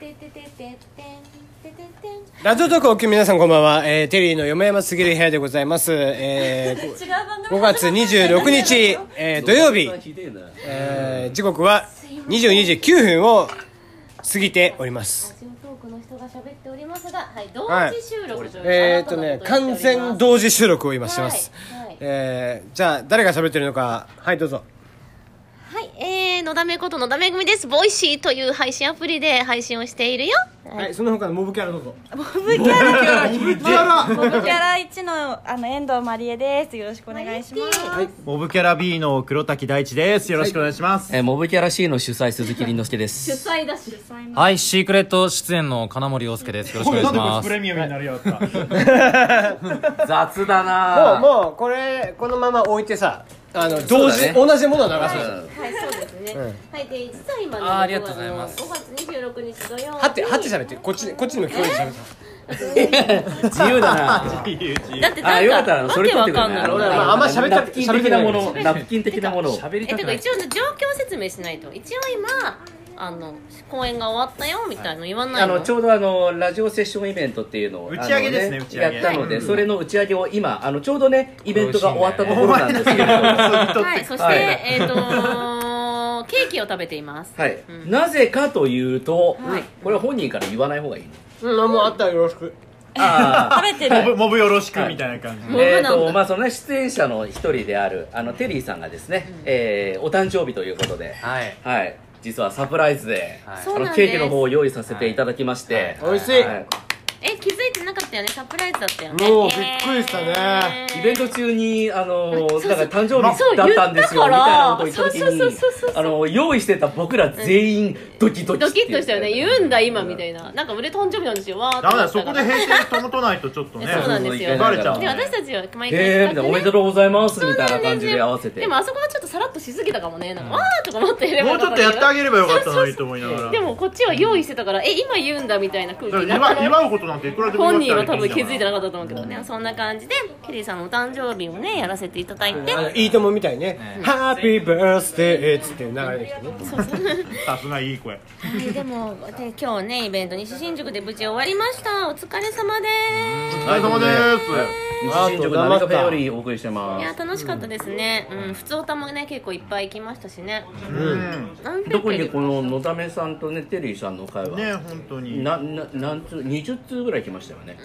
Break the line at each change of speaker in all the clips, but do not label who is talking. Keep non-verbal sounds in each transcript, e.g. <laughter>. てててててんてててん
ラジオトークをお聞きの皆さんこんばんは、えー、テリーの山山すぎる部屋でございます、えー、 <laughs>
違う番組
5月26日、えー、土曜日、
ひでえな
えー、時刻は22時9分を過ぎております
ラジオトークの人が喋っておりますがはい同
はい
時収録という
えー、っとね完全
同
同時収録を今してます、
はいはい
えー、じゃあ誰が喋ってるのかはいどうぞ
はいえーのだめことのだめ組ですボイシーという配信アプリで配信をしているよ
はい、その他のモブキャラどうぞ
モブキャラ1のあの遠藤まりえです。よろしくお願いします。
モブキャラ B の黒滝大地です。よろしくお願いします。
えーモブキャラ C の主催鈴木凛之介で
主 <laughs>
す
催だし
はい、シークレット出演の金森洋介です。よろしくお願いします。
ミアムになるよった。
もう
雑だ
<laughs>
な
もうこれこのまま置いてさあの
そ
同
うだ
時、
ね
同じものを流そう
う
よ
ん
はいそうですね、はいで実は今
あーありがとうございます
5月26日土曜日
はってはって喋ってこっちこっちにも聞こえるし喋って
自由だな
だって
あ
な
よかっ
ん
た
からわ
それ
けわ
取ってくれ
かん
ね
ない
俺らまああんま喋っちゃ
ナプキン的なもの
喋って
<laughs> ナプキン的なものを
喋り
えてか一応ね状況説明しないと一応今あの公演が終わったよみたいの言わない
あ
の,、
のちょうどあのラジオセッションイベントっていうのを
打ち上げですね
あの
打ち上げ
やったのでそれの打ち上げを今あのちょうどねイベントが終わったところなんですけれど
はいそして、
はい
えっ、とーケーキを食べています
はい
うん
なぜかというと
はい
これは本人から言わない方がいいね
うん何もあったらよろしく
あ
食
あ
べて
モ
る。
ブ、モブよろしくみたいな感じ。
モブ
え
なん
ー
だ
とまあ、そのね出演者の一人であるあのテリーさんがですね、えーお誕生日ということで、
はい。
はい、実はサプライズで、
はい
そう
あ
なん
の
で
ケ
す
ーキの方を用意させていただきまして、
美味しい、
はい
え気づいてなかったよねサプライズだったよね
もうびっくりしたね
イベント中に、あのー
そうそう
だから誕生
そう
日だったんですよみ
言ったか
たい
ら
なことを言った時に
そうそうそうそうそう
あの用意してた僕ら全員ドキドキ
ドキッとしたよね言うんだ今みた
い
いななんか俺誕生日なんですよわーって
ダメだ、
思
そ
った
こ
か
で
ら
平成保たないとちょっとね。
そうなんですよ
バレちゃう
で私たちは毎回
えー、みたいなおめでとうございますみたい
そ
な
うなん
感
です
じ
よ
で合わせて
でもあそこはちょっとさらっとしすぎたかもねなんかわーとか思ってれば
もうちょっとやってあ
げ
げればよかったのにと思いながら。
でもこっちは用意してたからえ今言うんだみたいな空気
だ
にな
から
った
祝
の
祝うことなんていくらでも
本人は多分気づいてな
か
かったと思うけどね、そんな感じでケリーさんのお誕生日をねやらせていただいて、
あのいいともみたいにね「ハッピーバースデー」っつって流れですよね
った。さすがいい声。
はいでもで今日ねイベント西新宿で無事終わりましたお疲れ様で
お
す
疲れ様です。
西新宿のアメカフェよりお送りしてま
い
す
や楽しかったですねうん普通歌もね結構いっぱい来ましたしね
うん。
なんて
どこにこののためさんとねテリーさんの会話、
ね、本当に。
なななんつ20通ぐらい来ましたよね、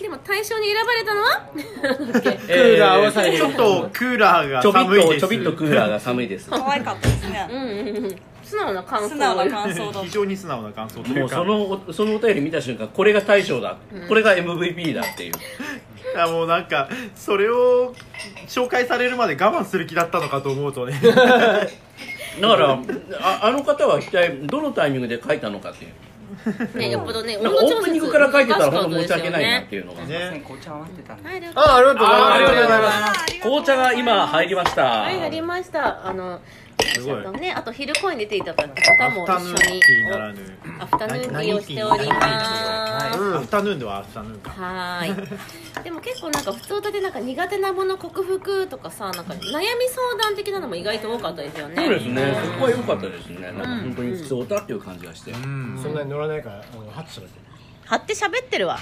でも大賞に選ばれたのは <laughs> なんだっけ
クーラーをさえ
ちょっとクーラーが
ちょび
寒い
っと
です。
ちょびっとクーラーが寒いですも
可愛かったですね。
うんうんうん素直な感想を
素直な感想だ。
<laughs> 非常に素直な感想という
う
か。
そのおそのお便り見た瞬間これが大賞だ、これが MVP だっていう
いやもうなんかそれを紹介されるまで我慢する気だったのかと思う
<laughs>
とね
だからああの方は一体どのタイミングで書いたのかっていう
ねよっぽどね
なんかオープニングから書いてたら本当申し訳ないなっていうのが、
ね
はい了解
あありがとうございます
あありがとうございます
ありがとう
紅茶が今入りました、
はい、やりました。あの、
ごい
あとね、あと昼公演出ていただいた方も
ア
一
フタヌー
緒
ン
に
ティーならぬ
アフタヌーンティーをしております。
アフタヌーンではアフタヌーンか
はーい。でも結構なんか普通歌でなんか苦手なもの克服とかさ、なんか悩み相談的なのも意外と多かったですよね。
そうですねそこは良かったですねなんか本当に普通歌っていう感じがして、
そんなに乗らないからあのハッチとかして
張って喋ってるわ。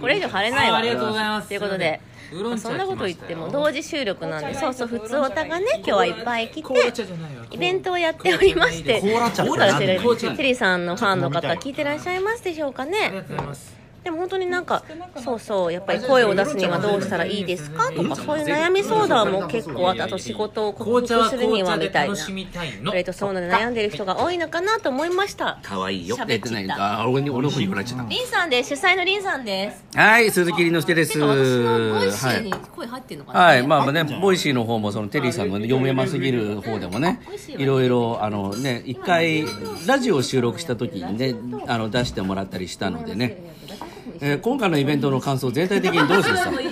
これ以上張れないわ。
あーありがとうございます
ということで。
ウーロン茶
そんなこと言っても
来ましたよ
同時収録なんでそうそう普通オタがね今日はいっぱい来て
じゃないよ
イベントをやっておりまして、どうされてるテリーさんのファンの方聞いてらっしゃいますでしょうかね。でも本当になんかそうそうやっぱり声を出すにはどうしたらいいですかとかそういう悩み相談も結構あったあと仕事を克
紅茶
服
は
するに
紅
は
茶で
みたいな
楽しみたいの
それとそういうので悩んでる人が多いのかなと思いました
可愛いよ。
喋っちゃった
出てないあ、俺に俺の方に言われちゃっ
リンさんです主催のリンさんです
た。はい、鈴木凛之介です。
てか私のボイシ
は
ーに
い。
声入ってるのかな
はい、まあね、ボイシーの方もそのテリーさんの読めますぎる方でもね
ボイシー、はい
ろいろあのね、一回ラジオを収録した時にね、あの出してもらったりしたのでね。えー今回のイベントの感想全体的にどうしました？え、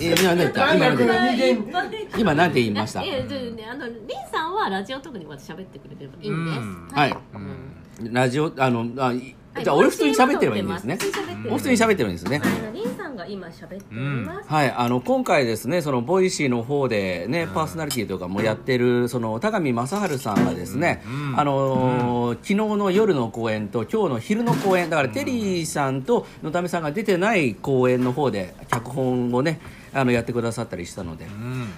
え今何言った？今何言った？今何て言いました？
いやいやいやあのリンさんはラジオトークにまた喋ってくれればいいんです、
はい。ラジオあのあいじゃあ俺普通に喋ってればいいんですね
普通に喋ってれば。
俺普通に喋ってればいいんですね。
あのリンさんがが今喋っております、
はい、あの今回ですね、そのボイシーの方でね、パーソナリティとかもやってる、その高見正治さんがですね、あのー昨日の夜の公演と今日の昼の公演、だからテリーさんと野為さんが出てない公演の方で脚本をね、あのやってくださったりしたので、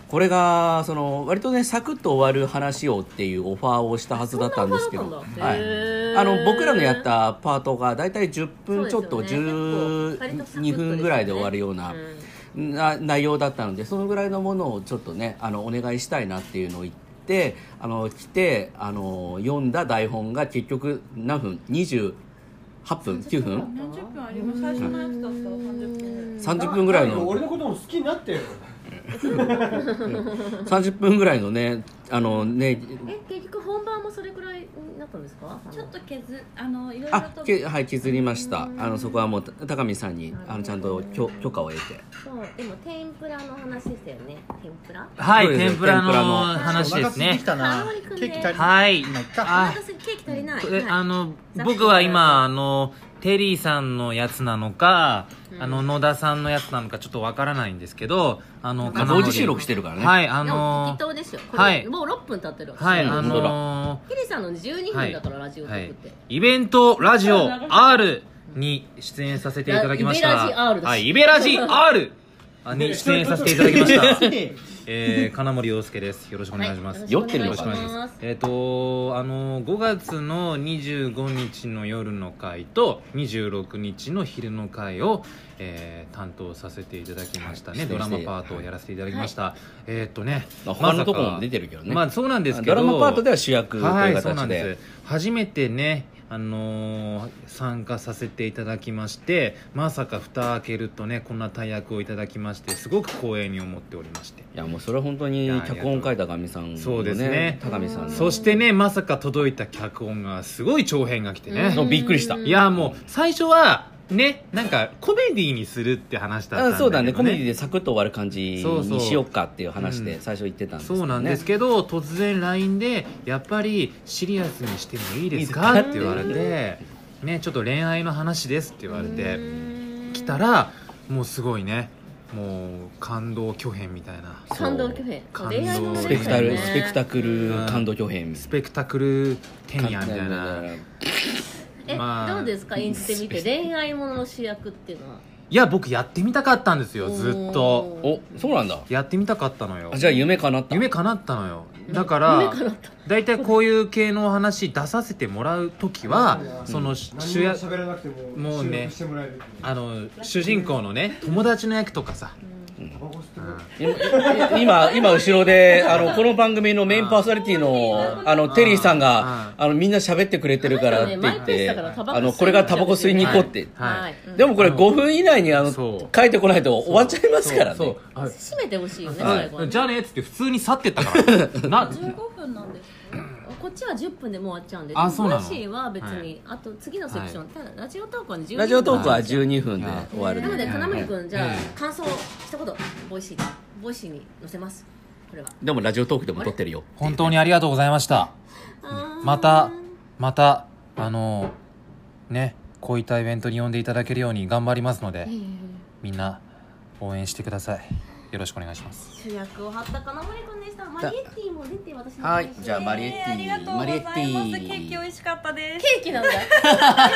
これがその割とねサクッと終わる話をっていうオファーをしたはずだったんですけど、
そんなオファーだったんだ
は
へ
い、
ー
あの僕らのやったパートがだいたい10分ち
そ
ょ
う
っ
です
と
よね結構割とサクッとですよね
12分ぐらいで終わるような。
うん
な内容だったのでそのぐらいのものをちょっとねあのお願いしたいなっていうのを言ってあの来てあの読んだ台本が結局何分28分9分
何十分あります最初のやつだったら30分
30分ぐらいの
俺のことも好きになって
<laughs>
よ
30分ぐらいのねあのね
え結局本番もそれくらいになったんですか
ちょっと削あのいろいろ
あ
と
けはい削りましたあのそこはもうた高見さんにあのちゃんと許許可を得て
そうでも天ぷらの話ですよね天ぷら
はい、
そうですよ
天ぷら
天ぷらの
の話ですね。
あ森くんです
はい。
あ
あ、
ケーキ足りない
えあの
ざっくり
僕は今あのテリーさんのやつなのか、あの野田さんのやつなのかちょっとわからないんですけどあの
まあ同時収録してるからね
はいあ
あの
の
適当ですよこれ、
はい
もう6分経ってる
はい
うん
あ
本当だ
の
ヒデさんの12
は
分
い
だから、ラジオト
は
ーク
い
って、
イベントラジオ R に出演させていただきまし
あイ
た
ベラジ R です
はいイベラジ R に出演させていただきま
<laughs>
したえー、金森陽介です。よろしくお願いします。
はい
酔ってるよ
よろしくお願いします
えっ、とあの5月の25日の夜の回と26日の昼の回を、えー担当させていただきましたね、
はい
ドラマパートをやらせていただきました、えっ、とね
まあ他のとこも出てるけどね
まあそうなんですけ
ド
ど
ラマパートでは主役と
はいいうそうな
形
ん
で
です初めてね、あのー参加させていただきましてまさか蓋開けるとねこんな大役をいただきましてすごく光栄に思っておりまして
いやもうそれは本当に脚本を書いた高見さん
そ
の
うですね
高見さんの
そしてねまさか届いた脚本がすごい長編が来てね、
そうびっくりした
いやもう最初はねなんかコメディにするって話だったん
あ
だけど、ね、
そうだねコメディでサクッと終わる感じにしよっかっていう話
そうそうう
で
ん
最初言ってたんですけど、ね
そうなんですけど突然 LINE で「やっぱりシリアスにしてもいいです
い
か?」
い
っ
ですか
て言われて「ねちょっと恋愛の話です」って言われて来たらもうすごいねもう感動巨編みたいな
感動巨編
感動
恋愛ものです
ス
よ
ペ
ね
クタル、スペクタクル感動巨編み
スペクタクルてんや
た
みたいな
え、
まあ
どうですか演じてみて恋愛ものの主役っていうのはい
や僕やってみたかったんですよずっと
おそうなんだ
やってみたかったのよ
あじゃあ夢叶った
夢叶ったのよだから大体こういう系のお話出させてもらう時はその主役
らなくても
もうね
してもらえる
あの主人公のね友達の役とかさ
今今今後ろであのこの番組のメインパーソナリティのあのテリーさんがあのみんな喋ってくれてるからって言
あの人ねマイ
っ
ペース
て
だからタバコ吸いに行っちゃう
あのこれがタバコ吸いに行こうって、
はい
はい、
でもこれ5分以内にあの
そう
書いてこないと終わっちゃいますからね
そうあ
締めてほしいよね最後
う
は
ん
ね
じゃあねっつって普通に去ってっ
<laughs>
た <laughs> からな
15分なんですか
こっちは10分でもう終わっちゃうんで
あそうなの
ボイシーは別に、あと次のセクション、ただ <laughs> ラジオトークはね12分
ラジオトークは12分で終わる
なので金森
はい
君じゃあ感想を一言ボイシーでボイシーに載せますこれは
でもラジオトークでも撮ってるよ
本当にありがとうございましたまたまたあのねこういったイベントに呼んでいただけるように頑張りますのでみんな応援してくださいよろしくお願いします
主役を張った金森君でしたマリエッティも出て私の
はいじゃあ
ケ
マリエッ
えーありが
テ
と
ィ
う
マ
ござ
リエ
い
ッ
ま
テ
すケ
ィ
ーキ美味しかったです
ーキなんだで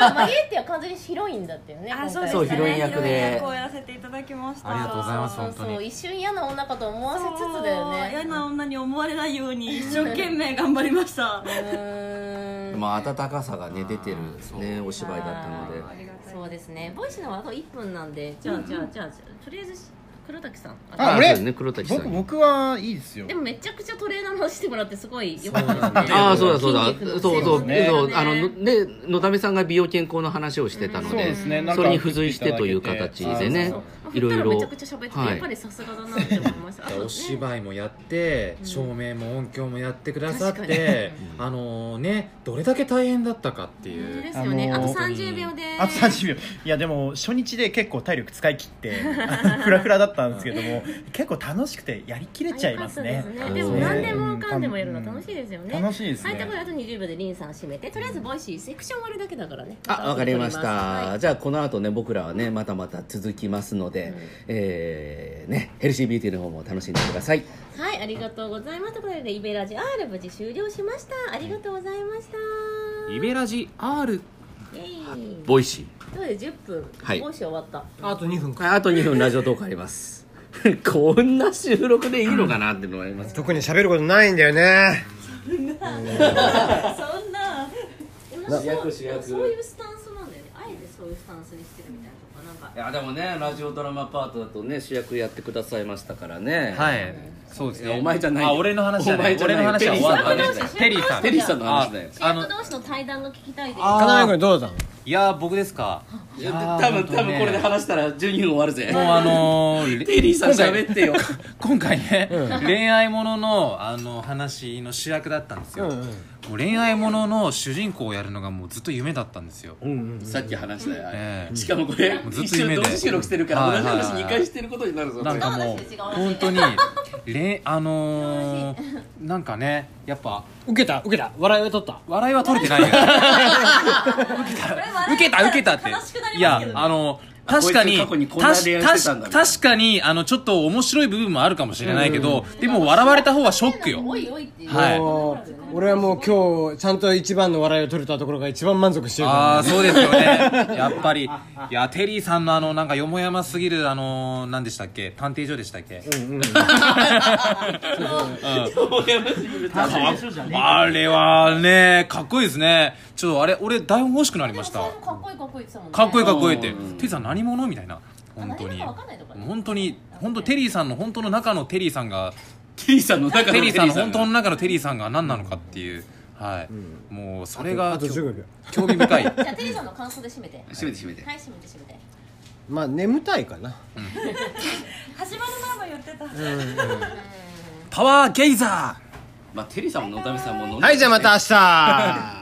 もマリエッティは完全にヒロインだったよね
あそう
今回
です
そう
ね
ヒロイン役で
ヒロイン役をやらせていただきました
ありがとうございます本当
そう
に
一瞬嫌な女かと思わせつつだよ
そう嫌
ね
な女に思われないように一生懸命頑張りまし
う
た
ーん
まあ温かさがね出てるねお芝居だったので
そうですねボイシーのはあと1分なんでじゃあじゃあじゃあじゃあとりあえず黒滝さん
あ
そう
俺
ですね黒滝さん
僕僕はいいですよ
でもめちゃくちゃトレーナーの話してもらってすごい良かったですね。
ああそうだそうだ
筋肉の
そうそう
ね
そうあのね野田目さんが美容健康の話をしてたの
そう
で
ですねなんか
それに付随してという形でねい
い
ろ
ろ
い
いろ。めち
ろ
ゃくちゃ喋ってて、
はい
やっぱりさすがだなって思いました。あとね
お芝居もやって、照明も音響もやってくださっ
確か
て、あのねどれだけ大変だったかってい
本当
う
ですよね。
あ
あ
のー
と三十秒で。
あと30秒いやでも初日で結構体力使い切って <laughs> フラフラだったんですけども結構楽しくてやりきれちゃいますね
あよかったですねでも
そう
何でもかんでもやるの楽しいですよね。
うん楽しいですね
はい、ということであと20秒でリンさん締めて、とりあえずボイシーセクション割るだけだからね。
あわかりまし
はい
たじゃあこの後ね僕らはねまたまた続きますのでで、えーね、ヘルシービューティーの方も楽しんでください。
はい、ありがとうございます。ということで、イベラジ R 無事終了しました。ありがとうございました。
イベラジ R
イェイ。
ボイシ
ということで、10分、
はい
もうし終わった。
あと2分
ー。あと2分ラジオトークあります。 <laughs> こんな収録でいいのかなってのがあります。
特に喋ることないんだよね
そんな
でもそう
主役主役
そういうスタンスなんだよね。あえてそういうスタンスにしてるみたいなとか、なんか
い。やでもねラジオドラマパートだとね主役やってくださいましたからね。
はい。そうです
いや
ね。
お前じゃないよ
あ、俺の話じゃな
お前
い。
じゃない
俺の話は終わ
ペリー
っ
さんの話
た。ペリーさん。
テリーさんの話だよ。
主
あの
役同士の対談が聞きたいです。
かなめ君どうだったの
いや僕ですか。
いや多分多分これで話したら12分終わるぜ。
もうあの
<laughs>
ー、
テリーさん喋ってよ。
今回ね、恋愛もののあの話の主役だったんですよ、もう恋愛ものの主人公をやるのがもうずっと夢だったんですよ、
さっき話したよあれ
ええ
しかもこれ
もうずっと
一緒に
夢で
同時収録してるから同じ話
はい
2
はいはい
回してることになるぞ。
なんかもう本当に恋あのー、なんかねやっぱ
受けた受けた笑いは取った
笑いは取れて
<laughs>
ないよ受けた受けたって
悲しくなりますけどね
いやあの確かに
こいつ過去にこんな恋愛してたんだ
確確かにあのちょっと面白い部分もあるかもしれないけど、でも笑われた方はショックよ
おいおいっていう。
はい
もう俺はもう今日ちゃんと一番の笑いを取れたところが一番満足してる
あ
か
あそうですよねやっぱりいやテリーさんのあのなんかよもやますぎるあの何でしたっけ探偵所でしたっけ、あれはねかっこいいですねちょっとあれ俺台本欲しくなりました
かっこいいかっこいいって言ってたもんね。
かっこいい
か
かっこいいってテリーさん何者みたいな本当
何
に
者かわかんないとかね
本当に本当テリーさんの本当の中のテリーさんが
テリーさんの中の
テリーさんの
が
本当の中のテリーさんが何なのかっていうはいもうそれ
ら
が
あと15秒
興味
<laughs>
深い
じゃあ、テリーさんの感想で締めて。はい、
閉めて閉めて。
締めて締めて。
まあ眠たいかな
始まる前も言ってた
パワーゲイザー
まあテリーさんも野上さんも飲んで
はいじゃあまた明日
<laughs>